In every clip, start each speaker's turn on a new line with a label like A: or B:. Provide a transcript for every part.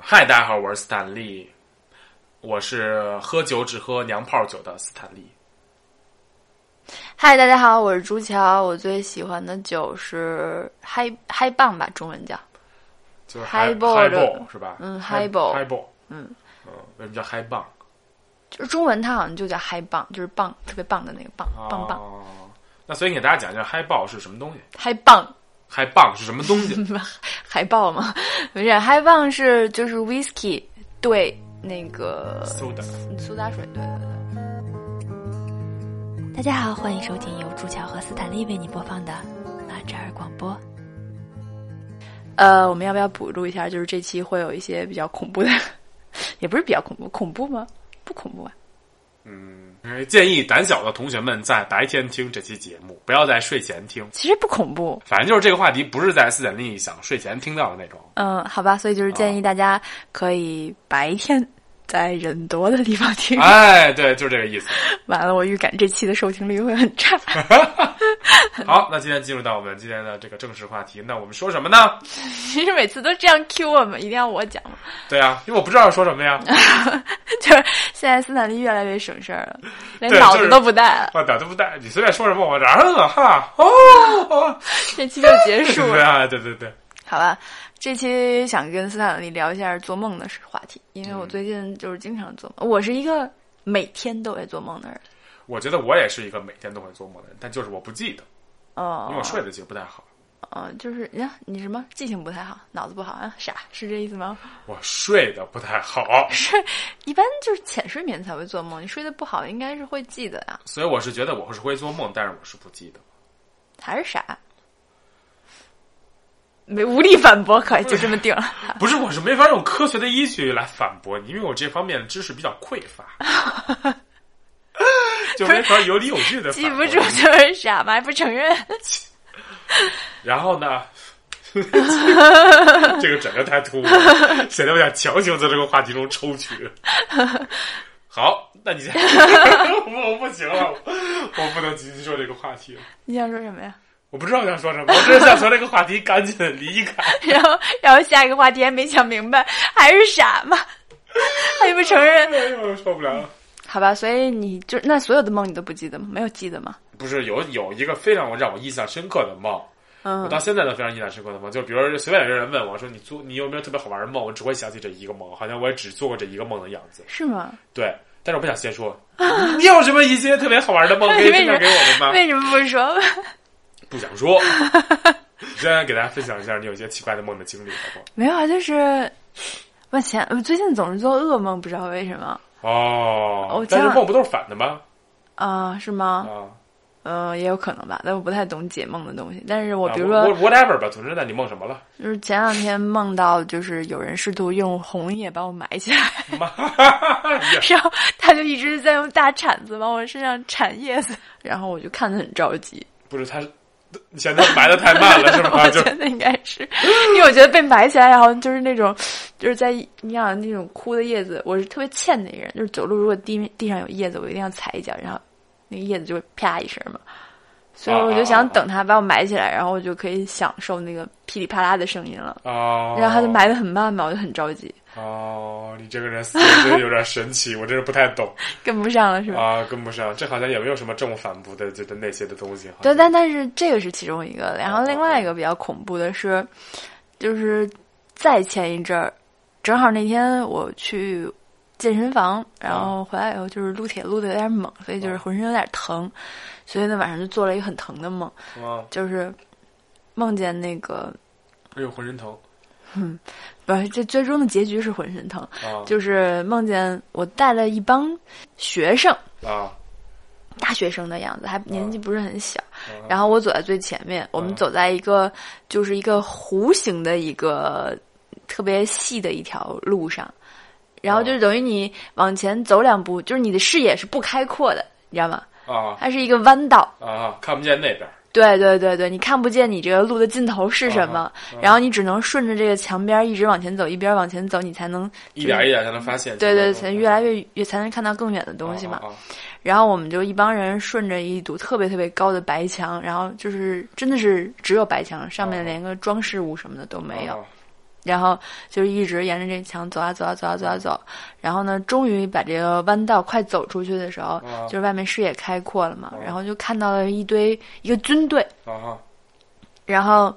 A: 嗨，大家好，我是斯坦利，我是喝酒只喝娘炮酒的斯坦利。
B: 嗨，大家好，我是朱乔，我最喜欢的酒是嗨嗨棒吧，中文叫
A: 就是
B: Highball
A: 嗨
B: 的
A: 棒是吧？
B: 嗯
A: 嗨
B: Highball
A: 嗨棒，
B: 嗯
A: 嗯，为什么叫嗨棒？
B: 就是中文它好像就叫嗨棒，就是棒特别棒的那个棒棒棒
A: 哦。那所以给大家讲一下嗨棒是什么东西？
B: 嗨棒
A: 嗨棒是什么东西？
B: 海豹嘛，不是嗨棒是就是 whisky 兑那个
A: 苏打。
B: 嗯苏打水，对对对。
C: 大家好，欢迎收听由朱乔和斯坦利为你播放的马扎尔广播。
B: 呃，我们要不要补录一下？就是这期会有一些比较恐怖的， 也不是比较恐怖，恐怖吗？不恐怖啊。
A: 嗯，建议胆小的同学们在白天听这期节目，不要在睡前听。
B: 其实不恐怖，
A: 反正就是这个话题不是在斯坦利想睡前听到的 那种。
B: 嗯，好吧，所以就是建议大家可以白天在人多的地方听。
A: 哎，对，就是这个意思。
B: 完了，我预感这期的收听率会很差。
A: 好，那今天进入到我们今天的这个正式话题，那我们说什么呢？
B: 其实每次都这样 Q 我们，一定要我讲吗？
A: 对啊，因为我不知道说什么呀，
B: 就是现在斯坦利越来越省事儿了，连
A: 对
B: 脑
A: 就
B: 子
A: 是
B: 都不带了，
A: 我啊表都不带，你随便说什么我这儿了哈哦，
B: 这期就 结束
A: 对
B: 了。
A: 啊，对对对，
B: 好吧，这期想跟斯坦利聊一下做梦的话题，因为我
A: 嗯
B: 最近就是经常做梦，我是一个每天都会做梦的人。
A: 我觉得我也是一个每天都会做梦的人，但就是我不记得，
B: 哦
A: 因为我睡得其实不太好，
B: 哦，就是呀，你什么记性不太好，脑子不好啊，傻是这意思吗？
A: 我睡得不太好，
B: 一般就是浅睡眠才会做梦，你睡得不好应该是会记得啊，
A: 所以我是觉得我是会做梦，但是我是不记得。
B: 还是傻？没无力反驳，可就这么定了。
A: 不是，我是没法用科学的依据来反驳你，因为我这方面的知识比较匮 乏， 就没法有理有据的
B: 记不住就是傻嘛，还不承认。
A: 然后呢， 这个整个太突兀 了，显得我想强行在这个话题中抽 取。好，那你先， 我我不行了，我不能继续说这个话题了。
B: 你想说什么呀？
A: 我不知道我想说什么，我只是想从这个话题赶紧离开。
B: 然后，然后下一个话题还没想明白，还是傻嘛，还不承 认。
A: 哎呦，受不了了。
B: 好吧，所以你就那所有的梦你都不记得吗？没有记得吗？
A: 不是有有一个非常让我印象深刻的梦，我
B: 嗯
A: 到现在都非常印象深刻的梦，就比如说随便有人问我说你做你有没有特别好玩的梦，我只会想起这一个梦，好像我也只做过这一个梦的样子。
B: 是吗？
A: 对，但是我不想先说。 你有什么一些特别好玩的 梦可以分享给我们吗？
B: 为什么不 说？
A: 不想 说。现在给大家分享一下你有一些奇怪的梦的经历，好不好？
B: 没有啊，就是我前我最近总是做噩梦，不知道为什么
A: 哦
B: 我，
A: 但是
B: 前两
A: 梦不都是反的吗？
B: 啊、是吗？
A: 啊，
B: 嗯、也有可能吧，但我不太懂解梦的东西。但是我
A: 啊
B: 哦比如
A: 我
B: 说，
A: 我 whatever 吧，总之那你梦什么了？
B: 就是前两天梦到，就是有人试图用红叶把我埋起来，
A: 妈
B: 然后他就一直在用大铲子往我身上铲叶子，然后我就看得很着急。
A: 不是他是，你嫌他埋的太 慢了是吗？ 啊
B: 我
A: 就
B: 觉得应该是，因为我觉得被埋起来，然后就是那种，就是在你想那种枯的叶子，我是特别欠的一个人，就是走路如果地面地上有叶子，我一定要踩一脚，然后那个叶子就会啪一声嘛。所
A: 啊
B: 以我就想等它把我埋起来，然后我就可以享受那个噼里啪啦的声音了。
A: 哦，
B: 然后它就埋得很慢嘛，我就很着急，
A: 哦，你这个人思维真的有点神奇，我真是不太懂
B: 跟不上了是吧？
A: 啊，跟不上，这好像也没有什么正反驳的，就的那些的东西。好
B: 对，
A: 像
B: 但但是这个是其中一个，然后
A: 哦
B: 另外一个比较恐怖的是，就是再前一阵儿，正好那天我去健身房，然后回来以后就是撸铁撸的有点猛，所以就是
A: 哦
B: 浑身有点疼，所以那晚上就做了一个很疼的梦，
A: 啊，
B: 就是梦见那个
A: 哎呦，浑身疼
B: 不是这最终的结局是浑身疼，
A: 啊，
B: 就是梦见我带了一帮学生，
A: 啊。
B: 大学生的样子，还年纪不是很小。
A: 嗯
B: 然后我走在最前面，我们走在一个就是一个弧形的一个特别细的一条路上，然后就等于你往前走两步，就是你的视野是不开阔的，你知道吗？
A: 啊
B: 它是一个弯道。
A: 啊，看不见那边。
B: 对对对对，你看不见你这个路的尽头是什么，然后你只能顺着这个墙边一直往前走，一边往前走，你才能
A: 一点一点才能发现。
B: 对对，
A: 才
B: 才越来越越才能看到更远的东西嘛。
A: 啊
B: 然后我们就一帮人顺着一堵特别特别高的白墙，然后就是真的是只有白墙，上面连个装饰物什么的都没有。
A: 啊
B: 然后就是一直沿着这墙走啊走啊走啊走啊走，然后呢，终于把这个弯道快走出去的时候，
A: 啊
B: 就是外面视野开阔了嘛，然后就看到了一堆一个军队，
A: 啊哈
B: 然后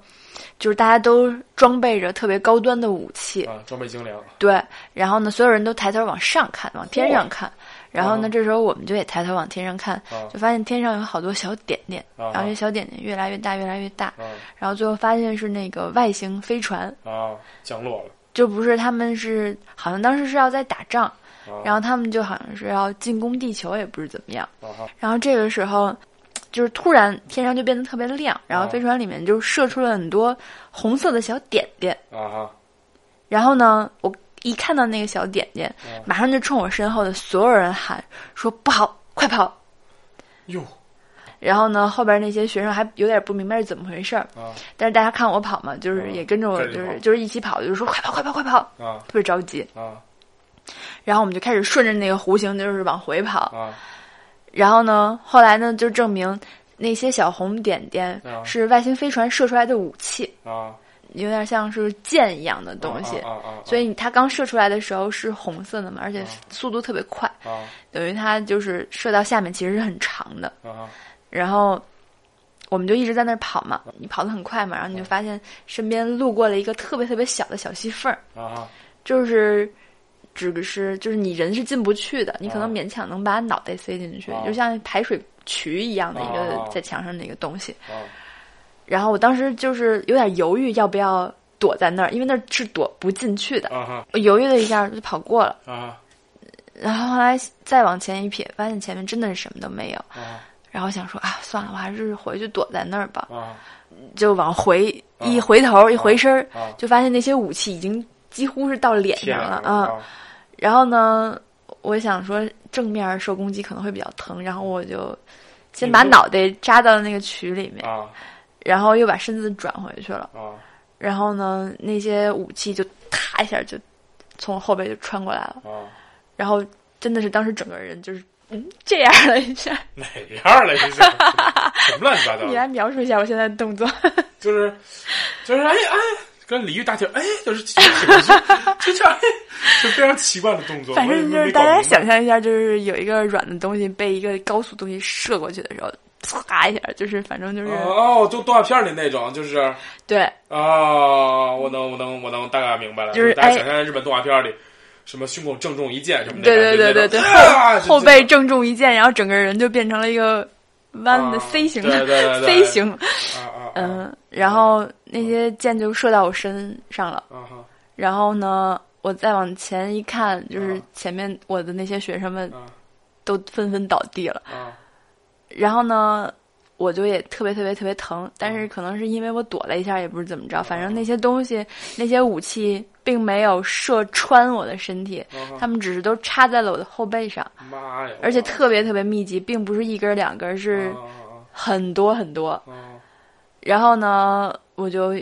B: 就是大家都装备着特别高端的武器，
A: 啊，装备精良，
B: 对，然后呢，所有人都抬头往上看，往天上看。然后呢，
A: 嗯
B: 这时候我们就也抬头往天上看，
A: 啊
B: 就发现天上有好多小点点，
A: 啊
B: 然后这小点点越来越大，越来越大，
A: 啊
B: 然后最后发现是那个外星飞船，
A: 啊，降落了，
B: 就不是他们是好像当时是要在打仗，
A: 啊
B: 然后他们就好像是要进攻地球，也不是怎么样。
A: 啊哈
B: 然后这个时候，就是突然天上就变得特别亮，然后
A: 啊
B: 飞船里面就射出了很多红色的小点点。
A: 啊哈
B: 然后呢，我一看到那个小点点，
A: 啊
B: 马上就冲我身后的所有人喊说：“不好，快跑
A: 哟！”
B: 然后呢，后边那些学生还有点不明白是怎么回事儿，
A: 啊
B: 但是大家看我跑嘛，就是
A: 嗯
B: 也跟着我，
A: 跟着
B: 就
A: 跑
B: 是就是一起跑，就是说快跑快跑快跑，
A: 啊
B: 特别着急。
A: 啊
B: 然后我们就开始顺着那个弧形，就是往回跑。
A: 啊
B: 然后呢，后来呢，就证明那些小红点点
A: 嗯
B: 是外星飞船射出来的武器，
A: 啊，
B: 有点像是箭一样的东西。
A: 啊啊，
B: 所以它刚射出来的时候是红色的嘛，而且
A: 嗯
B: 速度特别快，
A: 啊
B: 等于它就是射到下面其实是很长的。
A: 啊
B: 然后我们就一直在那儿跑嘛，你跑得很快嘛，然后你就发现身边路过了一个特别特别小的小细缝儿，
A: 啊
B: 就是只是就是你人是进不去的，你可能
A: 啊
B: 勉强能把脑袋塞进去，
A: 啊
B: 就像排水渠一样的一个
A: 啊
B: 在墙上的一个东西。
A: 啊
B: 然后我当时就是有点犹豫要不要躲在那儿，因为那儿是躲不进去的。
A: 啊哈
B: 我犹豫了一下就跑过了，
A: 啊
B: 然后后来再往前一瞥，发现前面真的是什么都没有。
A: 啊
B: 然后想说啊，算了，我还是回去躲在那儿吧。
A: 啊
B: 就往回
A: 啊
B: 一回头一回身儿，
A: 啊！
B: 就发现那些武器已经几乎是到脸
A: 天
B: 上了啊。
A: 啊
B: 然后呢，我想说正面受攻击可能会比较疼，然后我就先把
A: 你不
B: 脑袋扎到那个渠里面，
A: 啊
B: 然后又把身子转回去了。
A: 啊
B: 然后呢，那些武器就啪一下就从我后背就穿过来了，
A: 啊！
B: 然后真的是当时整个人就是。嗯，这样了一下，
A: 哪样了？这是什么乱七八糟
B: 你来
A: 的？
B: 描述一下我现在的动作。
A: 就是就是哎哎，跟李玉大跳哎，就是 就这样，就非常奇怪的动作。
B: 反正就是大家想象一下，就是有一个软的东西被一个高速东西射过去的时候，唰一下，就是反正就是、
A: 哦，就动画片里那种，就是
B: 对
A: 啊，我能，我能，我能大概明白了，
B: 就是
A: 大
B: 哎
A: 家想象日本动画片里，什么胸口正中一箭什么的，
B: 对对对对对，
A: 啊、
B: 后后背正中一箭，然后整个人就变成了一个弯的 C 型
A: 啊对
B: 的、
A: 对对对
B: C 型，
A: 啊啊，啊
B: 嗯，然后那些箭就射到我身上了，
A: 啊哈
B: 然后呢，我再往前一看，就是
A: 啊
B: 前面我的那些学生们
A: 啊
B: 都纷纷倒地了，
A: 啊
B: 然后呢，我就也特别特别特别疼，但是可能是因为我躲了一下，也不是怎么着，反正那些东西、那些武器并没有射穿我的身体，
A: 啊
B: 它们只是都插在了我的后背上，
A: 哈，妈呀！
B: 而且特别特别密集，并不是一根儿两根儿，是
A: 啊
B: 很多很多。
A: 啊啊
B: 然后呢，我就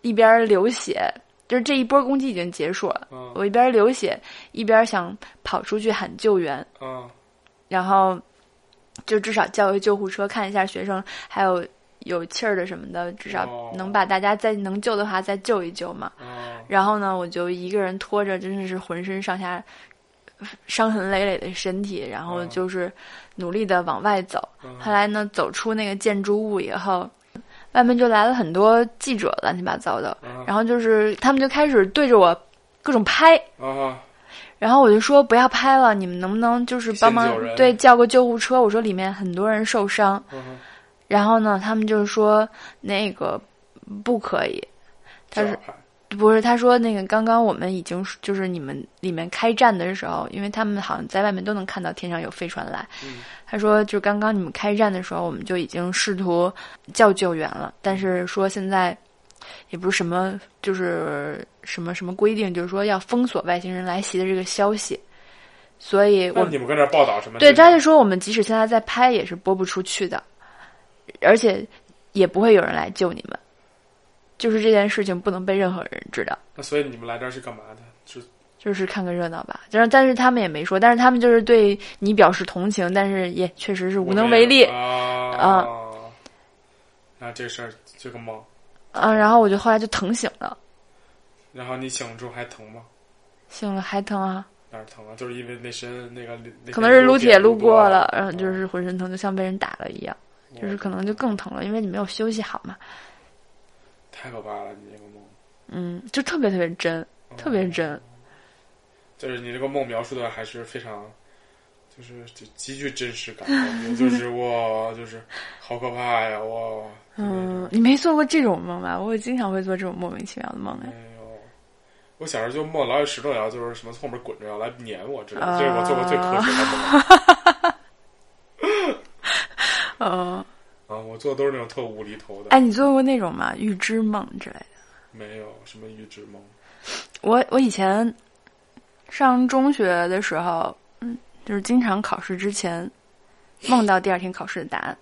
B: 一边流血，就是这一波攻击已经结束了，
A: 啊
B: 我一边流血一边想跑出去喊救援，
A: 啊
B: 然后就至少叫个救护车看一下学生，还有有气儿的什么的，至少
A: 哦
B: 能把大家再能救的话再救一救嘛。
A: 啊
B: 然后呢，我就一个人拖着，真的是浑身上下呃伤痕累累的身体，然后
A: 嗯
B: 就是努力的往外走。
A: 嗯
B: 后来呢，走出那个建筑物以后，外面就来了很多记者，乱七八糟的，
A: 啊
B: 然后就是他们就开始对着我各种拍，
A: 啊！
B: 然后我就说不要拍了，你们能不能就是帮忙
A: 先救人
B: 对叫个救护车？我说里面很多人受伤。
A: 嗯
B: 然后呢，他们就说那个不可以，他
A: 这
B: 是
A: 样拍
B: 不是他说那个刚刚我们已经就是你们里面开战的时候，因为他们好像在外面都能看到天上有飞船来。
A: 嗯
B: 他说就刚刚你们开战的时候，我们就已经试图叫救援了，但是说现在也不是什么就是什么什么规定，就是说要封锁外星人来袭的这个消息，所以我
A: 那你们跟这儿报道什么？
B: 对，
A: 这
B: 他就说我们即使现在在拍，也是播不出去的，而且也不会有人来救你们。就是这件事情不能被任何人知道，
A: 那所以你们来这儿是干嘛的？是
B: 就是看个热闹吧。就是，但是他们也没说，但是他们就是对你表示同情，但是也确实是无能为力。
A: 啊。那这事儿这个梦
B: 啊嗯，然后我就后来就疼醒了，
A: 然后你醒了之后还疼吗？
B: 醒了还疼啊，
A: 哪儿疼啊？就是因为那身那个那
B: 可能是撸嗯铁撸过
A: 了
B: 了，，然后就是浑身疼，就像被人打了一样，就是可能就更疼了，因为你没有休息好嘛。
A: 太可怕了，你这个梦，
B: 嗯，就特别特别真，
A: 嗯
B: 特别真。
A: 就是你这个梦描述的还是非常，就是就极具真实感 的，就是哇，就是好可怕呀，哇，就那种
B: 嗯，你没做过这种梦吧？我经常会做这种莫名其妙的梦
A: 哎
B: 哎。
A: 呦，我小时候就梦老有石头要就是什么从后面滚着要来撵我之类的，
B: 啊
A: 这是我做过最科学的梦。
B: 嗯，
A: 啊，我做的都是那种特无厘头的，
B: 哎，你做过那种吗？预知梦之类的。
A: 没有什么预知梦。
B: 我我以前上中学的时候，嗯，就是经常考试之前梦到第二天考试的答案。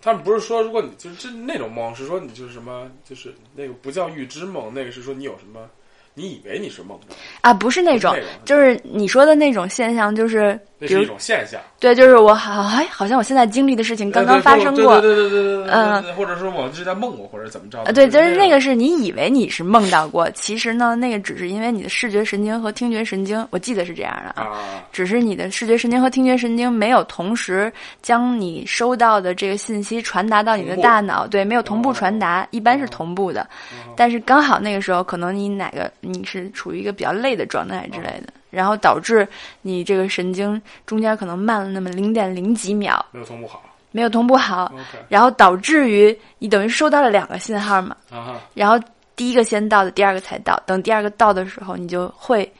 A: 他们不是说，如果你就是这那种梦，是说你就是什么，就是那个不叫预知梦，那个是说你有什么，你以为你是梦到，
B: 啊，不是那种
A: 不是那种，
B: 就是你说的那种现象，就是
A: 那
B: 比
A: 是一
B: 如
A: 种现象。
B: 对，就是我好哎，好像我现在经历的事情刚刚发生过，
A: 对对对对对对，
B: 嗯
A: 对，或者说我之前梦过，或者怎么着
B: 啊，
A: 的。
B: 对，就是那
A: 那种
B: 个是你以为你是梦到过，其实呢，那个只是因为你的视觉神经和听觉神经，我记得是这样的啊，
A: 啊，
B: 只是你的视觉神经和听觉神经没有同时将你收到的这个信息传达到你的
A: 同步
B: 大脑，对，没有同步
A: 哦
B: 传达，一般是同步的，但是刚好那个时候可能你哪个你是处于一个比较累的状态之类的，然后导致你这个神经中间可能慢了那么零点零几秒，
A: 没有同步好。
B: 没有同步好，
A: OK
B: 然后导致于你等于收到了两个信号嘛。
A: 啊哈，
B: 然后第一个先到的，第二个才到。等第二个到的时候，你就会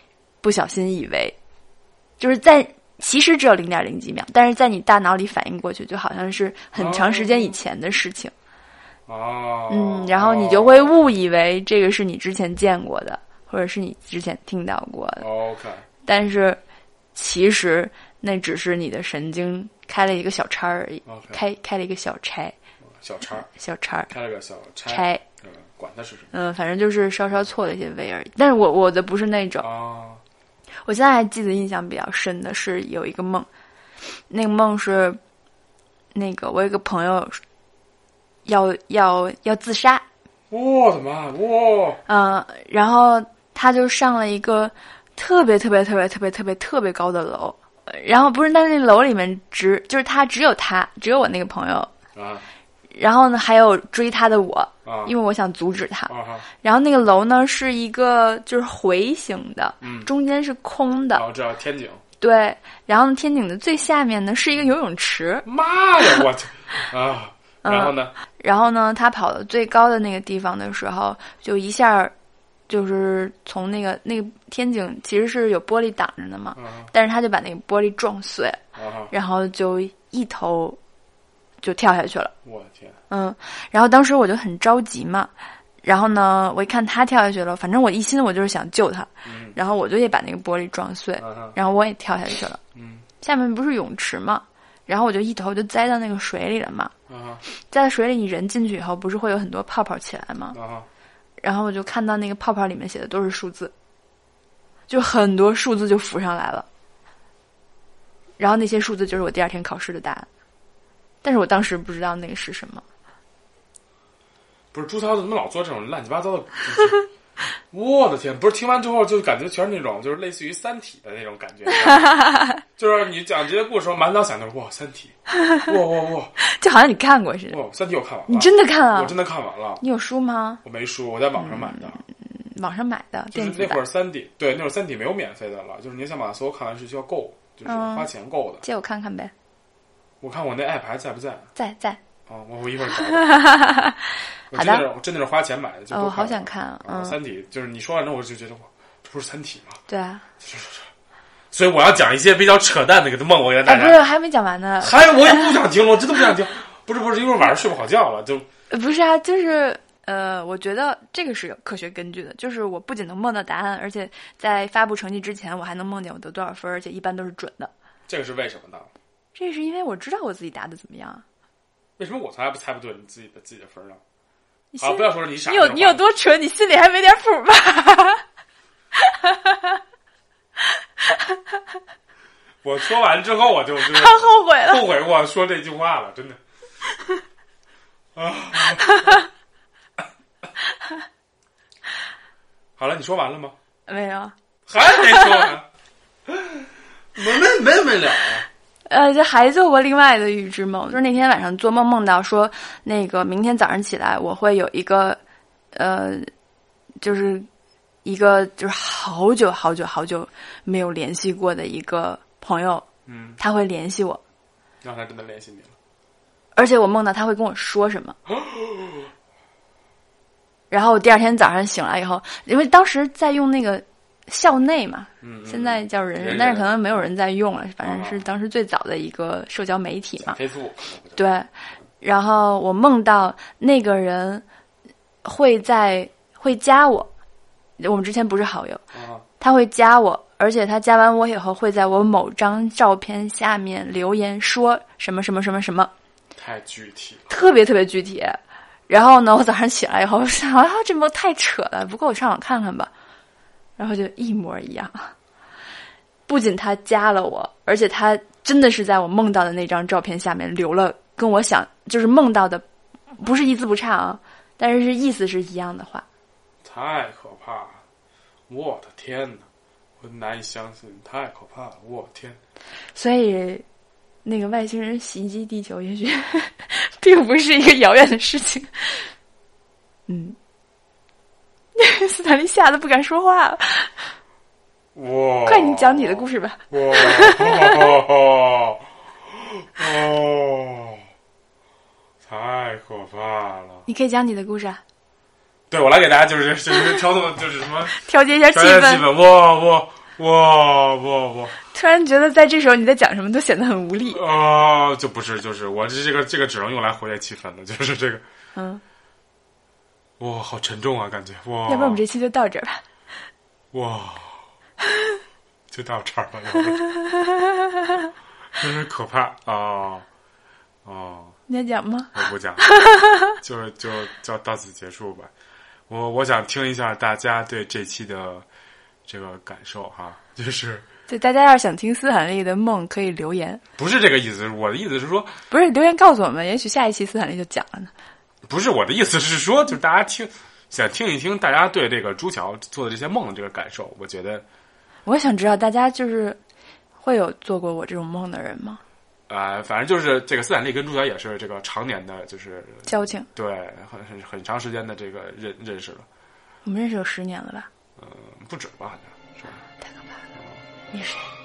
B: 不小心以为，就是在其实只有零点零几秒，但是在你大脑里反应过去，就好像是很长时间以前的事情。
A: 哦，
B: 嗯，然后你就会
A: 哦
B: 误以为这个是你之前见过的，或者是你之前听到过的，
A: OK，
B: 但是其实那只是你的神经开了一个小差而已
A: OK
B: 开开了一个小差，
A: 小叉儿
B: 小差儿
A: 开了个小差，
B: 差。
A: 嗯，管它是什么
B: 嗯，反正就是稍稍错了一些位而已。但是我我的不是那种，
A: 啊？
B: 我现在还记得印象比较深的是有一个梦，那个梦是那个我有个朋友要要要自杀，
A: 我的妈！哇，
B: 嗯、然后他就上了一个特别特别特别特别特别特别高的楼，呃然后不是在那楼里面只就是他只有他只有我那个朋友，
A: 啊
B: 然后呢还有追他的我，
A: 啊！
B: 因为我想阻止他，
A: 啊哈，
B: 然后那个楼呢是一个就是回形的，
A: 嗯
B: 中间是空的
A: 然，后这天井，
B: 对，然后呢，天井的最下面呢是一个游泳池，嗯
A: 妈呀，我去啊！然后呢？
B: 然后呢，他跑到最高的那个地方的时候，就一下儿就是从那个那个天井其实是有玻璃挡着的嘛，
A: 啊
B: 但是他就把那个玻璃撞碎，
A: 啊哈！
B: 然后就一头就跳下去了。
A: 我的天！
B: 嗯，然后当时我就很着急嘛，然后呢，我一看他跳下去了，反正我一心我就是想救他，
A: 嗯
B: 然后我就也把那个玻璃撞碎，
A: 啊哈！
B: 然后我也跳下去了。
A: 嗯
B: 下面不是泳池嘛，然后我就一头就栽到那个水里了嘛。
A: 啊
B: 栽到水里，你人进去以后，不是会有很多泡泡起来吗
A: 哈啊？哈！
B: 然后我就看到那个泡泡里面写的都是数字，就很多数字就浮上来了。然后那些数字就是我第二天考试的答案，但是我当时不知道那个是什么。
A: 不是朱涛怎么老做这种乱七八糟的？就是我的天！不是听完之后就感觉全是那种就是类似于《三体》的那种 感觉，就是你讲这些故事，时候，满脑想的是哇，《三体》，哇哇哇
B: 就好像你看过似的。
A: 哇，《三体》我看完了，
B: 你真的啊看
A: 我
B: 了？
A: 真的看完了，
B: 你有书吗？
A: 我没书，我在网上买的。
B: 网上买的
A: 就是
B: 嗯电子
A: 那会
B: 版
A: 儿。三 D，对，那会儿三 D 没有免费的了，就是你想把所有看完是需要购，就是
B: 嗯
A: 花钱购的。
B: 借我看看呗，
A: 我看我那 app 还在不在啊？
B: 在在。
A: 我我一会儿找找。 我
B: 好
A: 真的
B: 的
A: 是我真的是花钱买的，就
B: 哦，
A: 不
B: 我
A: 看
B: 好
A: 了
B: 想看啊！
A: 啊！
B: 嗯，
A: 三体就是你说完之后，我就觉得哇，这不是三体吗？
B: 对啊。
A: 所以我要讲一些比较扯淡的给他梦，我给大
B: 哎，
A: 家。
B: 不是，还没讲完呢。
A: 还有我也不想听了，我真的不想听。不是不是，一会儿晚上睡不好觉了，就
B: 呃不是啊，就是呃，我觉得这个是有科学根据的，就是我不仅能梦到答案，而且在发布成绩之前，我还能梦见我得多少分，而且一般都是准的。
A: 这个是为什么呢？
B: 这是因为我知道我自己答的怎么样啊。
A: 为什么我从来不猜不对你自己的自己的分儿呢？
B: 你心
A: 啊，不要说是你傻，
B: 你有
A: 这种
B: 你有
A: 话
B: 多蠢，你心里还没点谱吧？
A: 我说完之后，我就就是
B: 后悔了。
A: 后悔过说这句话了，真的。啊！ 好了，你说完了吗？
B: 没有。
A: 还没说完，没没没没了啊！
B: 呃，这还做过另外的预知梦，就是那天晚上做梦，梦到说那个明天早上起来我会有一个，呃，就是一个就是好久好久好久没有联系过的一个朋友，
A: 嗯，
B: 他会联系我，
A: 让他真的联系 你了。
B: 而且我梦到他会跟我说什么。
A: 嗯
B: 然后我第二天早上醒来以后，因为当时在用那个校内嘛，
A: 嗯，嗯
B: 现在叫人
A: 人
B: 人，哦
A: 人
B: 但是可能没有人在用了，反正是
A: 啊
B: 当时最早的一个社交媒体嘛。
A: Facebook
B: 对，然后我梦到那个人会在会加我，我们之前不是好友，
A: 啊，
B: 他会加我，而且他加完我以后会在我某张照片下面留言说什么什么什么什么，
A: 太具体了。
B: 特别特别具体。然后呢，我早上起来以后我想啊，这梦太扯了，不过我上网看看吧。然后就一模一样，不仅他加了我，而且他真的是在我梦到的那张照片下面留了跟我想就是梦到的，不是一字不差啊，但是是意思是一样的话。
A: 太可怕了！我的天哪，我难以相信，太可怕了！我的天，
B: 所以，那个外星人袭击地球，也许 并不是一个遥远的事情。嗯， 斯坦利吓得不敢说话了。
A: 哇！
B: 快，你讲你的故
A: 事。
B: 事吧。
A: 哇！哦，哦太可怕了！
B: 你可以讲你的故事啊，
A: 对我来给大家就是就是挑动就是什么
B: 调节一下气
A: 挑战气
B: 氛。
A: 氛，哇哇哇哇哇！
B: 突然觉得在这时候你在讲什么都显得很无力。
A: 啊、就不是，就是我这这个这个只能用来活跃气氛了，就是这个，
B: 嗯，
A: 哇，好沉重啊，感觉哇，
B: 要不然我们这期就到这儿吧。
A: 哇，就到这儿了，要不然真是可怕啊哦哦
B: 你要讲吗？
A: 我不讲，就就就到此结束吧。我我想听一下大家对这期的这个感受哈、就是
B: 对，大家要是想听斯坦利的梦，可以留言，
A: 不是这个意思，我的意思是说，
B: 不是留言告诉我们，也许下一期斯坦利就讲了呢。
A: 不是我的意思是说，就是大家听，想听一听大家对这个朱桥做的这些梦的这个感受。我觉得
B: 我想知道大家就是会有做过我这种梦的人吗？
A: 啊、呃反正就是这个斯坦利跟朱桥也是这个常年的，就是
B: 交情，
A: 对很很很长时间的这个认认识了，
B: 我们认识有十年了吧？
A: 不止吧，好像是吧？
B: 太可怕了！你是谁？